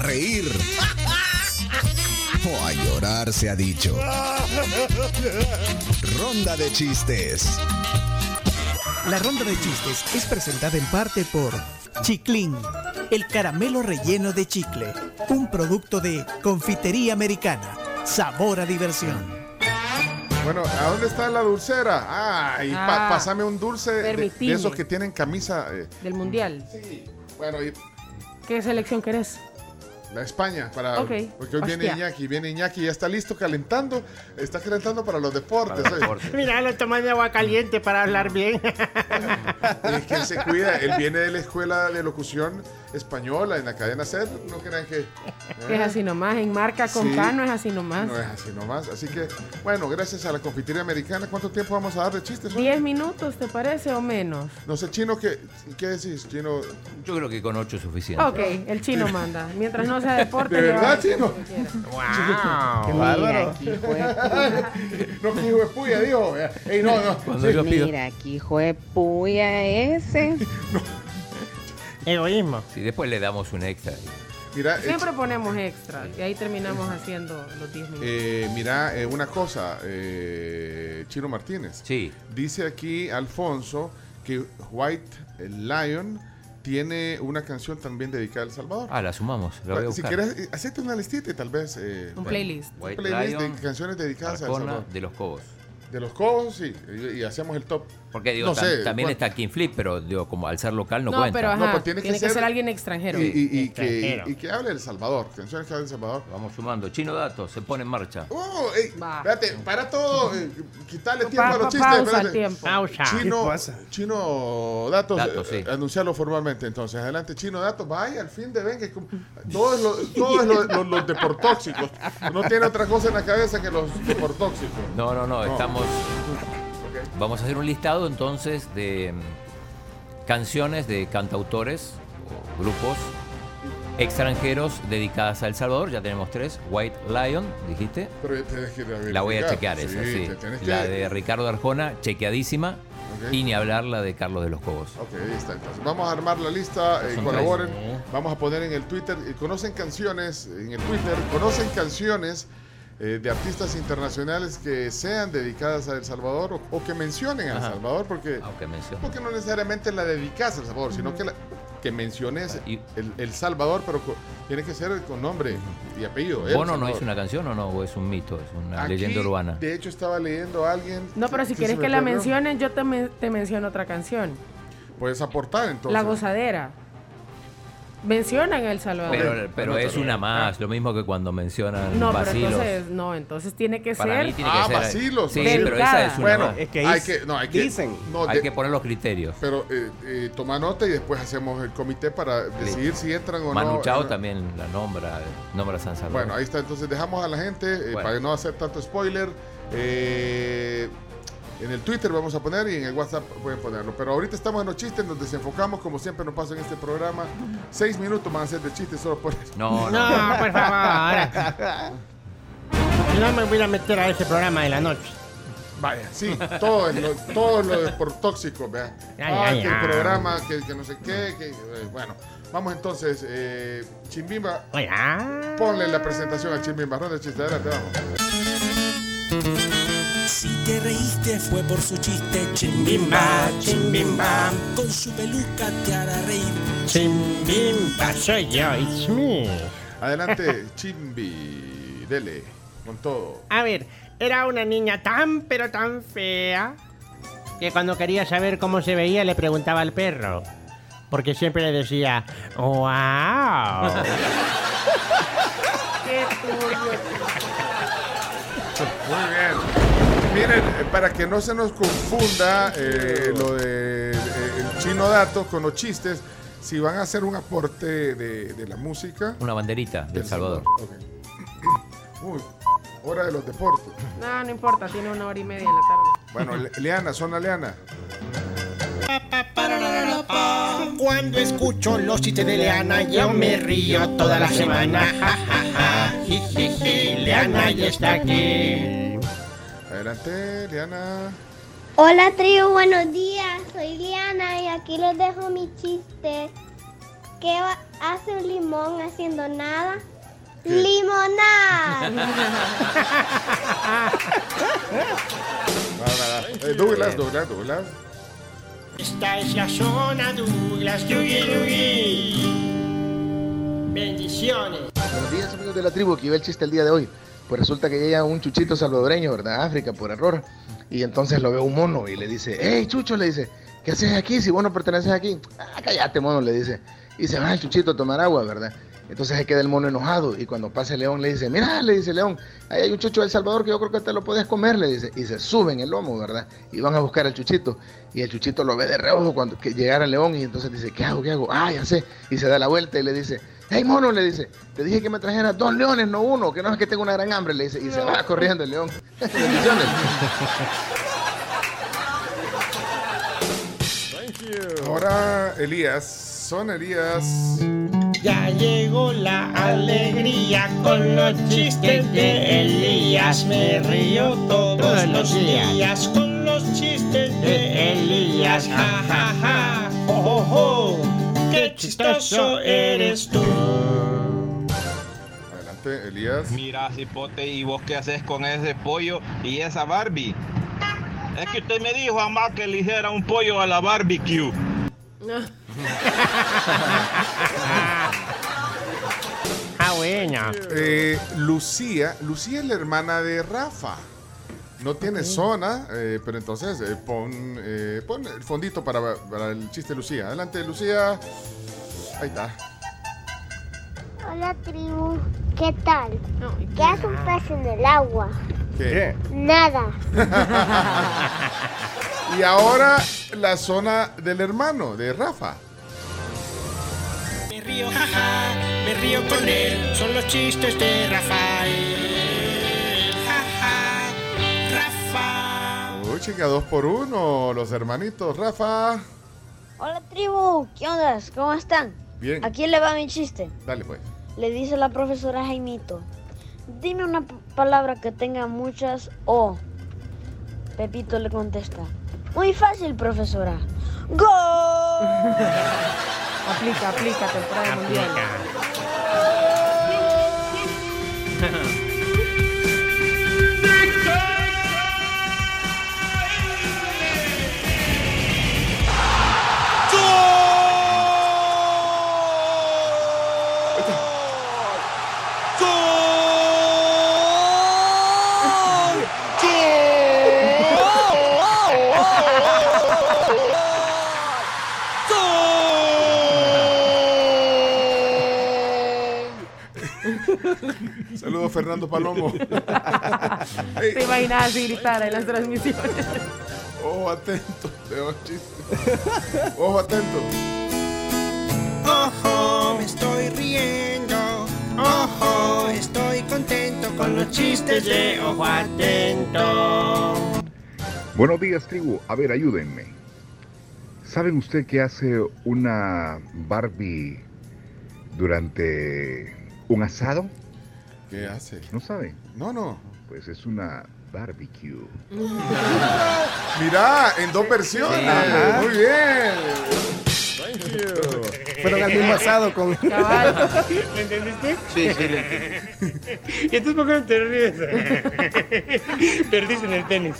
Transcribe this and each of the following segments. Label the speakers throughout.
Speaker 1: reír o a llorar se ha dicho. Ronda de chistes.
Speaker 2: La ronda de chistes es presentada en parte por Chiclín, el caramelo relleno de chicle, un producto de confitería americana. Sabor a diversión.
Speaker 3: Bueno, ¿a dónde está la dulcera? Ay, pa-
Speaker 4: Ah,
Speaker 3: pásame un dulce de- de,
Speaker 4: permitime.
Speaker 3: esos que tienen camisa. eh,
Speaker 4: del mundial.
Speaker 3: sí, bueno, y
Speaker 4: ¿Qué selección querés?
Speaker 3: la España para.
Speaker 4: Ok,
Speaker 3: Porque hoy viene
Speaker 4: hostia.
Speaker 3: Iñaki, viene Iñaki, ya está listo calentando, está calentando para los deportes. oye.
Speaker 5: Mira, lo tomas de agua caliente para hablar bien.
Speaker 3: Es que él se cuida, él viene de la escuela de locución española en la cadena SED, no crean que
Speaker 4: Que es así nomás, en marca con
Speaker 3: Sí.
Speaker 4: K no es así nomás.
Speaker 3: no es así nomás. Así que, bueno, gracias a la confitería americana, ¿cuánto tiempo vamos a dar de chistes? hoy?
Speaker 4: ¿Diez minutos te parece o menos?
Speaker 3: No sé, chino, ¿qué, qué decís, chino?
Speaker 6: Yo creo que con ocho es suficiente.
Speaker 4: Ok, el chino manda. Mientras no sea deporte.
Speaker 3: ¿De
Speaker 4: yo
Speaker 3: verdad,
Speaker 4: hago lo
Speaker 3: chino?
Speaker 4: que quiera.
Speaker 5: ¡Wow!
Speaker 3: bárbaro.
Speaker 7: Mira aquí, hijo de-
Speaker 3: No, que hijo de puya, dijo. Ey, no, no.
Speaker 6: Cuando yo pido,
Speaker 7: Mira aquí, hijo de puya ese.
Speaker 5: Egoísmo.
Speaker 6: si después le damos un extra.
Speaker 3: Mira, eh,
Speaker 4: Siempre ponemos extra y ahí terminamos haciendo los 10 minutos.
Speaker 3: eh, mira eh, una cosa, eh, Chino Martínez.
Speaker 6: Sí.
Speaker 3: Dice aquí Alfonso que White Lion tiene una canción también dedicada a El Salvador.
Speaker 6: Ah, la sumamos. La voy a
Speaker 3: si
Speaker 6: buscar.
Speaker 3: quieres, eh, hacete una listita y tal vez. eh,
Speaker 4: Un playlist.
Speaker 3: un
Speaker 6: White
Speaker 3: playlist
Speaker 6: Lion,
Speaker 3: de canciones dedicadas a El
Speaker 6: Arcona,
Speaker 3: Salvador.
Speaker 6: de los Cobos.
Speaker 3: De los cobos, sí. Y, y hacemos el top.
Speaker 6: Porque digo,
Speaker 3: No
Speaker 6: tam-
Speaker 3: sé,
Speaker 6: también
Speaker 3: ¿cuál?
Speaker 6: está King Flip, pero digo, como al ser local no,
Speaker 4: No,
Speaker 6: cuenta.
Speaker 4: pero ajá,
Speaker 3: No, pues
Speaker 4: tiene, que, ser... alguien extranjero.
Speaker 3: Y, y- y que,
Speaker 5: Extranjero.
Speaker 3: y que hable de El Salvador. Canciones que hablen de El Salvador.
Speaker 6: Vamos sumando. Chino Datos, se pone en marcha.
Speaker 3: ¡Oh! ey,
Speaker 4: Va.
Speaker 3: espérate, para todo. eh, quitarle tiempo
Speaker 4: Pa-
Speaker 3: a los
Speaker 4: pa-
Speaker 3: chistes.
Speaker 4: pausa,
Speaker 3: espérate.
Speaker 4: tiempo.
Speaker 5: Pausa.
Speaker 3: Chino,
Speaker 8: ¿Qué pasa?
Speaker 3: Chino Datos,
Speaker 6: Datos, sí.
Speaker 3: eh, anunciarlo formalmente entonces. Adelante, Chino Datos, vaya al fin de venga. como- Todos los, todos los, los- los deportóxicos. No tiene otra cosa en la cabeza que los deportóxicos.
Speaker 6: No, no,
Speaker 3: No.
Speaker 6: no, estamos. Vamos a hacer un listado entonces de mm, canciones de cantautores o grupos extranjeros dedicadas a El Salvador. Ya tenemos tres. White Lion, dijiste.
Speaker 3: Pero ya tenés que ir
Speaker 6: La voy a
Speaker 3: verificar.
Speaker 6: chequear esa, sí.
Speaker 3: te tenés
Speaker 6: La
Speaker 3: que-
Speaker 6: de Ricardo Arjona, chequeadísima.
Speaker 3: Ok.
Speaker 6: Y ni hablar la de Carlos de los Cobos.
Speaker 3: Ok, ahí está. Entonces, vamos a armar la lista, eh,
Speaker 6: Son
Speaker 3: colaboren.
Speaker 6: tres.
Speaker 3: Vamos a poner en el Twitter, eh, conocen canciones, en el Twitter, conocen canciones eh, de artistas internacionales que sean dedicadas a El Salvador o, o que mencionen a El
Speaker 6: Ajá. Ah.
Speaker 3: Salvador, porque,
Speaker 6: Aunque menciono.
Speaker 3: porque no necesariamente la dedicas a El Salvador, sino que, la- que menciones
Speaker 6: Ah, Y-
Speaker 3: el, El Salvador, pero co- tiene que ser con nombre y apellido. El
Speaker 6: ¿Bono no
Speaker 3: Salvador.
Speaker 6: hizo una canción o no? ¿O es un mito? ¿Es una
Speaker 3: Aquí,
Speaker 6: leyenda urbana?
Speaker 3: De hecho, estaba leyendo a alguien.
Speaker 4: No, pero si quieres
Speaker 3: se
Speaker 4: que
Speaker 3: me
Speaker 4: la
Speaker 3: perdió.
Speaker 4: mencionen, yo te, men- te menciono otra canción.
Speaker 3: Puedes aportar entonces.
Speaker 4: La gozadera. Mencionan a El Salvador.
Speaker 6: Pero, pero es una más, lo mismo que cuando mencionan
Speaker 4: no, pero
Speaker 6: vacilos.
Speaker 4: entonces, no, entonces tiene que
Speaker 6: Para
Speaker 4: ser.
Speaker 6: mí tiene
Speaker 3: Ah,
Speaker 6: que ser.
Speaker 3: vacilos,
Speaker 6: Sí,
Speaker 4: vacilos.
Speaker 6: pero esa es una
Speaker 3: Bueno,
Speaker 6: más.
Speaker 8: Es que
Speaker 3: hay
Speaker 8: dis-
Speaker 3: que, no, hay que,
Speaker 8: dicen.
Speaker 3: no,
Speaker 6: Hay
Speaker 3: de-
Speaker 6: que poner los criterios.
Speaker 3: Pero eh, eh, toma nota y después hacemos el comité para decidir si entran o
Speaker 6: Manu
Speaker 3: no.
Speaker 6: Chao
Speaker 3: Eh,
Speaker 6: también la nombra, eh, nombra San Salvador.
Speaker 3: Bueno, ahí está. Entonces dejamos a la gente eh,
Speaker 6: Bueno.
Speaker 3: para no hacer tanto spoiler. Eh, en el Twitter vamos a poner y en el WhatsApp pueden ponerlo. Pero ahorita estamos en los chistes, nos desenfocamos como siempre nos pasa en este programa. Seis minutos van a ser de chistes solo por eso.
Speaker 6: No, no.
Speaker 5: No, por favor. No me voy a meter a ese programa de la noche.
Speaker 3: Vaya, sí, todo es lo, todo es lo de por tóxico, vea.
Speaker 5: Ay,
Speaker 3: Ah,
Speaker 5: ay,
Speaker 3: que el
Speaker 5: ay.
Speaker 3: programa, que, que no sé qué, que, eh, bueno. Vamos entonces, eh, Chimbimba,
Speaker 5: Hola.
Speaker 3: Ponle la presentación a Chimbimba. Ronda de chistes, adelante, vamos.
Speaker 9: Si te reíste fue por su chiste,
Speaker 5: Chimbimba, chimbimba.
Speaker 9: chimbimba, chimbimba. Con su peluca te hará reír.
Speaker 5: Chimbimba, soy yo, it's me.
Speaker 3: Adelante, Chimbi. Dele, con todo.
Speaker 5: A ver, era una niña tan pero tan fea que cuando quería saber cómo se veía le preguntaba al perro. Porque siempre le decía, ¡Wow!
Speaker 4: Qué turbio.
Speaker 3: Muy bien. Miren, eh, para que no se nos confunda eh, lo de eh, el chino datos con los chistes, si van a hacer un aporte de, de la música.
Speaker 6: Una banderita de El Salvador.
Speaker 3: Ok. Uy, hora de los deportes.
Speaker 4: No, no importa, tiene una hora y media en la tarde.
Speaker 3: Bueno, Le- Leana, zona Leana.
Speaker 9: Cuando escucho los chistes de Leana, yo me río toda la semana.
Speaker 5: Leana ya está aquí.
Speaker 3: Adelante, Leana.
Speaker 10: Hola trío, buenos días. Soy Liana y aquí les dejo mi chiste. ¿Qué, va-
Speaker 8: hace un limón haciendo nada?
Speaker 3: ¿Qué?
Speaker 8: ¡Limonada!
Speaker 3: Va, va, va. Eh, Douglas, Douglas, Douglas.
Speaker 9: Esta es la zona Douglas. Yugi, yugi. Bendiciones.
Speaker 10: Buenos días amigos de la tribu, aquí va el chiste el día de hoy. Pues resulta que llega un chuchito salvadoreño, ¿verdad? A África, por error. Y entonces lo ve un mono y le dice, hey chucho, le dice, ¿qué haces aquí si vos no perteneces aquí? Ah, cállate mono, le dice. Y se va el chuchito a tomar agua, ¿verdad? Entonces se queda el mono enojado y cuando pasa el león le dice, mira, le dice León, ahí hay un chucho de El Salvador que yo creo que te lo podías comer, le dice. Y se suben el lomo, ¿verdad? Y van a buscar al chuchito. Y el chuchito lo ve de reojo cuando que llegara el león y entonces dice, ¿qué hago? ¿Qué hago? Ah, ya sé. Y se da la vuelta y le dice, hey mono, le dice, te dije que me trajeras dos leones, no uno, que no es que tengo una gran hambre, le dice. Y se va corriendo el león. Bendiciones.
Speaker 3: Ahora, Elías, son Elías.
Speaker 9: Ya llegó la alegría con los chistes de Elías. Me río todos,
Speaker 5: Todos
Speaker 9: los
Speaker 5: los
Speaker 9: días.
Speaker 5: días.
Speaker 9: con los chistes de
Speaker 5: De
Speaker 9: Elías.
Speaker 5: Elías.
Speaker 9: Ja, ja, ja. Oh, oh, oh. Qué chistoso eres tú.
Speaker 3: Adelante, Elías.
Speaker 11: Mira, cipote, ¿y vos qué haces con ese pollo y esa Barbie? Es que usted me dijo, mamá, que eligiera un pollo a la barbecue.
Speaker 5: Ah, bueno.
Speaker 3: Eh, Lucía, Lucía es la hermana de Rafa. No tiene zona, eh, pero entonces eh, pon, eh, pon el fondito para, para el chiste de Lucía. Adelante, Lucía. Ahí está.
Speaker 8: Hola tribu, ¿qué tal?
Speaker 4: No, ¿y
Speaker 8: ¿Qué hace un pez en el agua?
Speaker 3: ¿Qué?
Speaker 8: Nada.
Speaker 3: Y ahora la zona del hermano de Rafa.
Speaker 9: Me río, jaja, me río con él. Son los chistes de Rafael. Jaja, Rafa.
Speaker 3: Uy, chica, dos por uno, los hermanitos. Rafa.
Speaker 8: Hola tribu, ¿qué onda? ¿Cómo están?
Speaker 3: Bien,
Speaker 8: ¿A quién le va mi chiste?
Speaker 3: dale pues.
Speaker 8: Le dice la profesora Jaimito. Dime una p- palabra que tenga muchas O. Pepito le contesta. Muy fácil, profesora. ¡Gol!
Speaker 4: Aplica, aplica, temporada mundial.
Speaker 5: Aplica.
Speaker 3: Saludos, Fernando Palomo.
Speaker 4: Te imaginas así gritar en las transmisiones.
Speaker 3: Ojo atento. León, chiste. Ojo atento.
Speaker 9: Ojo, me estoy riendo. Ojo, estoy contento con los chistes de Ojo Atento.
Speaker 12: Buenos días, tribu. A ver, ayúdenme. ¿Saben usted qué hace una Barbie durante un asado?
Speaker 3: ¿Qué hace?
Speaker 12: ¿No saben?
Speaker 3: No, no.
Speaker 12: Pues es una barbecue.
Speaker 3: Mirá, en dos versiones.
Speaker 6: Ajá.
Speaker 3: Muy bien.
Speaker 10: Fueron al mismo asado con...
Speaker 4: Cabal.
Speaker 5: ¿Me entendiste?
Speaker 10: Sí, sí, le-
Speaker 5: ¿Y entonces por qué no te ríes? Perdiste en el tenis.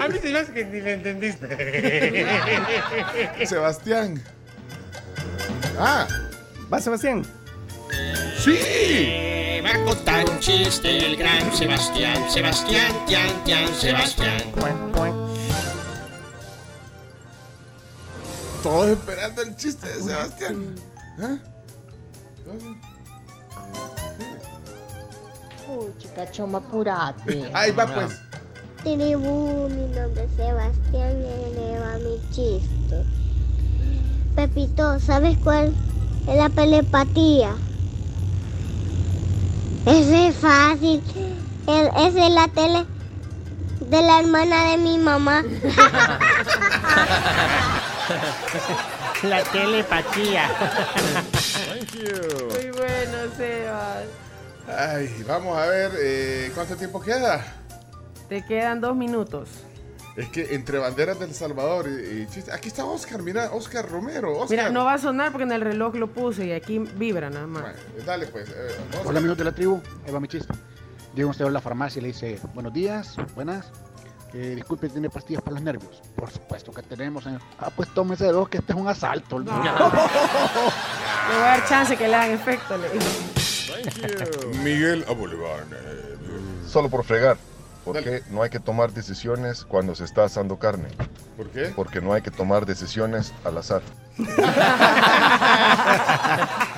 Speaker 5: A mí se me hace que ni le entendiste.
Speaker 3: Sebastián. Ah,
Speaker 10: Va Sebastián.
Speaker 3: sí.
Speaker 9: Me va a contar un chiste el gran Sebastián. Sebastián, Tian, Tian, Sebastián.
Speaker 5: Pues
Speaker 3: Todos esperando el chiste de Sebastián. ¿Ah?
Speaker 7: Puchica, choma, apurate.
Speaker 3: Ahí va pues.
Speaker 8: Tribu, mi nombre es Sebastián y ahí le va mi chiste. Pepito, ¿sabes cuál es la telepatía? Ese es fácil. El- esa es la tele de la hermana de mi mamá.
Speaker 5: La telepatía.
Speaker 4: Muy bueno, Sebas.
Speaker 3: Ay, vamos a ver eh, cuánto tiempo queda.
Speaker 4: Te quedan dos minutos.
Speaker 3: Es que entre banderas del Salvador y, y chistes. Aquí está Oscar, mira, Oscar Romero. Oscar.
Speaker 4: Mira, no va a sonar porque en el reloj lo puse y aquí vibra nada más.
Speaker 3: Dale, pues. eh, Oscar.
Speaker 13: Hola amigos de la tribu, ahí va mi chiste. Llega un señor a la farmacia y le dice, buenos días, buenas. Eh, disculpe, ¿tiene pastillas para los nervios? Por supuesto que tenemos, señor. Ah, pues tómese dos, que este es un asalto. le digo.
Speaker 4: Le voy a dar chance que le hagan efecto. le digo.
Speaker 3: Miguel Bolívar.
Speaker 13: eh,
Speaker 14: Solo por fregar. Porque no hay que tomar decisiones cuando se está asando carne.
Speaker 3: ¿Por qué?
Speaker 14: Porque no hay que tomar decisiones al azar.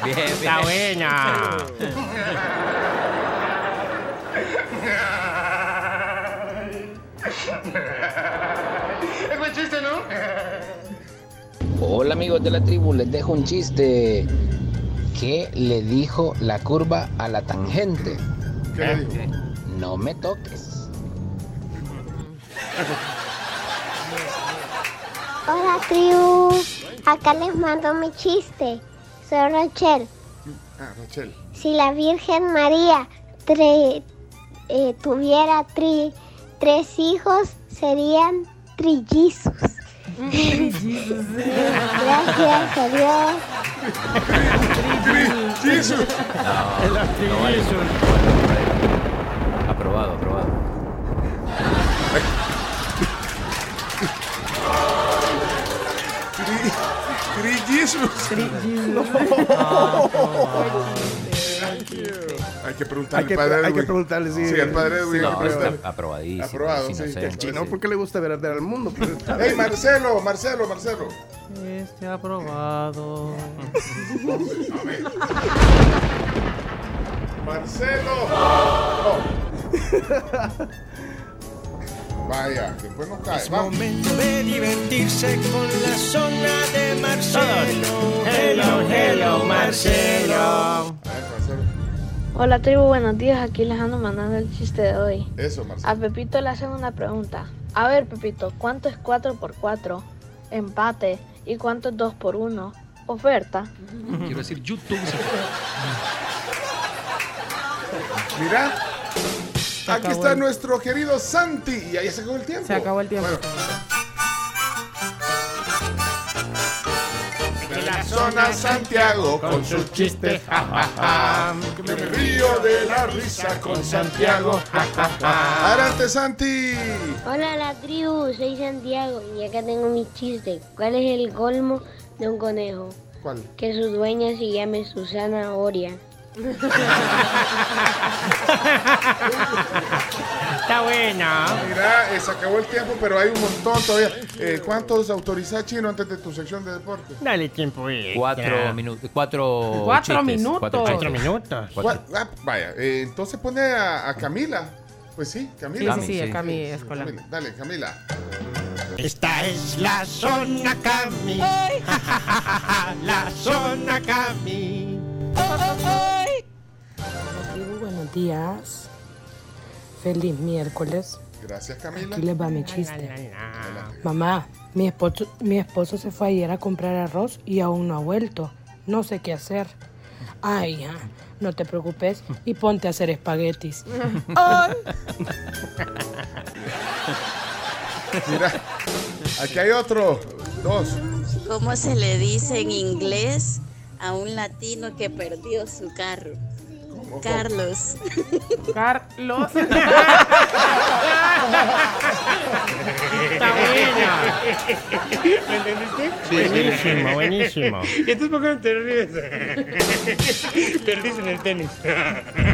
Speaker 6: Bien, bien.
Speaker 5: Está buena.
Speaker 9: Es buen chiste, ¿no?
Speaker 15: Hola amigos de la tribu, les dejo un chiste. ¿Qué le dijo la curva a la tangente? No me toques.
Speaker 16: Hola tribu, acá les mando mi chiste. Soy Rochelle.
Speaker 3: Ah, Rochelle.
Speaker 16: Si la Virgen María tre- eh, tuviera tri- tres hijos, serían trillizos. Gracias a Dios.
Speaker 6: No, no vale. Aprobado, aprobado.
Speaker 3: Trillizos. Hay que preguntarle
Speaker 13: Hay que-
Speaker 3: al padre
Speaker 13: hay que
Speaker 3: Edwin.
Speaker 13: preguntarle, sí.
Speaker 3: Sí, al padre Edwin.
Speaker 13: Sí,
Speaker 3: hay que
Speaker 13: no,
Speaker 3: preguntarle.
Speaker 13: está
Speaker 6: aprobadísimo,
Speaker 3: Aprobado,
Speaker 6: es
Speaker 3: sí.
Speaker 13: El chino, ¿por qué le gusta ver arder al mundo? pues.
Speaker 3: ¡Ey, Marcelo! Marcelo, Marcelo.
Speaker 5: Este aprobado.
Speaker 3: Marcelo. Vaya, después nos cae.
Speaker 9: Es
Speaker 3: Vamos.
Speaker 9: momento de divertirse con la zona de Marcelo. Hello, hello, Marcelo.
Speaker 17: Hola tribu, buenos días. Aquí les ando mandando el chiste de hoy.
Speaker 3: Eso,
Speaker 17: A
Speaker 3: Marcelo.
Speaker 17: Pepito le hacen una pregunta. A ver, Pepito, ¿cuánto es 4 por 4 Empate. ¿Y cuánto es 2 por 1 Oferta.
Speaker 18: Quiero decir, YouTube.
Speaker 4: Ah.
Speaker 3: Mira. Aquí
Speaker 4: acabó
Speaker 3: está
Speaker 4: el-
Speaker 3: nuestro querido Santi. Y ahí se acabó el tiempo.
Speaker 4: Se acabó el tiempo.
Speaker 3: De la zona Santiago con sus chistes. ja, ja, ja. Que Me río de la risa con Santiago. ja, ja, ja. Adelante, Santi.
Speaker 16: Hola la tribu, soy Santiago y acá tengo mi chiste. ¿Cuál es el colmo de un conejo?
Speaker 3: ¿Cuál?
Speaker 16: Que su dueña se llame Susana Oria.
Speaker 5: Está buena.
Speaker 3: Mira, eh, se acabó el tiempo, pero hay un montón todavía. Eh, ¿Cuántos autorizás, Chino, antes de tu sección de deporte?
Speaker 5: Dale tiempo extra.
Speaker 6: Cuatro minutos. Cuatro.
Speaker 3: Cuatro
Speaker 6: chistes,
Speaker 3: minutos.
Speaker 5: Cuatro minutos.
Speaker 6: Cuatro.
Speaker 3: Gua- ah, vaya, eh, entonces pone a, a Camila. Pues sí, Camila.
Speaker 4: Sí, sí, sí, a Cami
Speaker 3: Sí, sí,
Speaker 4: Escolar.
Speaker 3: Camila. Dale, Camila.
Speaker 9: Esta es la zona Cami. Ja, ja, ja, ja, ja, la zona Cami.
Speaker 19: Buenos días. Feliz miércoles.
Speaker 3: Gracias, Camila.
Speaker 19: Aquí les va mi chiste. Mamá, mi esposo, mi esposo se fue ayer a comprar arroz y aún no ha vuelto. No sé qué hacer. Ay, hija, no te preocupes y ponte a hacer espaguetis. Ay.
Speaker 3: Mira, aquí hay otro. Dos.
Speaker 20: ¿Cómo se le dice en inglés a un latino que perdió su carro? Carlos.
Speaker 4: Carlos.
Speaker 9: ¿Me entendiste?
Speaker 5: Buenísimo, buenísimo.
Speaker 9: ¿Y entonces por qué no te ríes? Perdiste en el tenis.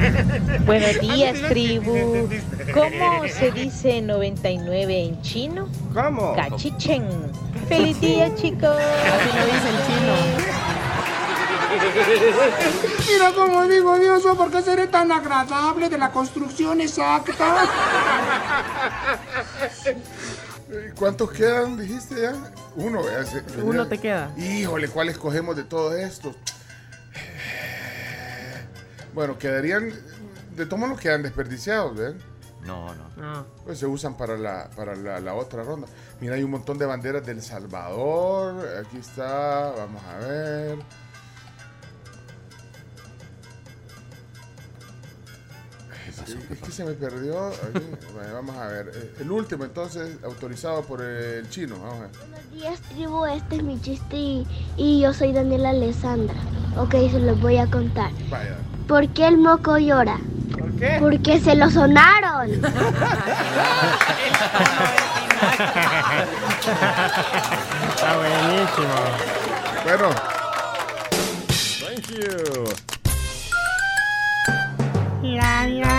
Speaker 9: Ah,
Speaker 21: Buenos días, tribu. ¿Cómo se dice 99 en chino?
Speaker 9: ¿Cómo?
Speaker 21: Cachichen. Feliz día, chicos. Así lo dice en chino.
Speaker 9: Mira cómo digo, Dios, ¿por qué seré tan agradable de la construcción exacta?
Speaker 3: Eh, ¿Cuántos quedan, dijiste ya? Uno. ya se-
Speaker 4: Uno te queda.
Speaker 3: Híjole, ¿cuál escogemos de todos estos? Bueno, quedarían. De todos los quedan desperdiciados, ¿ven?
Speaker 6: No, no.
Speaker 3: Pues se usan para, la, para la, la otra ronda. Mira, hay un montón de banderas del Salvador. Aquí está, vamos a ver.
Speaker 6: ¿Qué pasó?
Speaker 3: Es que se me perdió. Ahí, bueno, vamos a ver. Eh, El último, entonces, autorizado por el chino. Vamos a ver.
Speaker 16: Buenos días, tribu. Este es mi chiste y, y yo soy Daniela Alessandra. Ok, se los voy a contar.
Speaker 3: Vaya.
Speaker 16: ¿Por qué el moco llora? ¿Por qué? Porque se lo sonaron.
Speaker 5: Está buenísimo.
Speaker 3: Bueno. Thank you.
Speaker 4: La, la,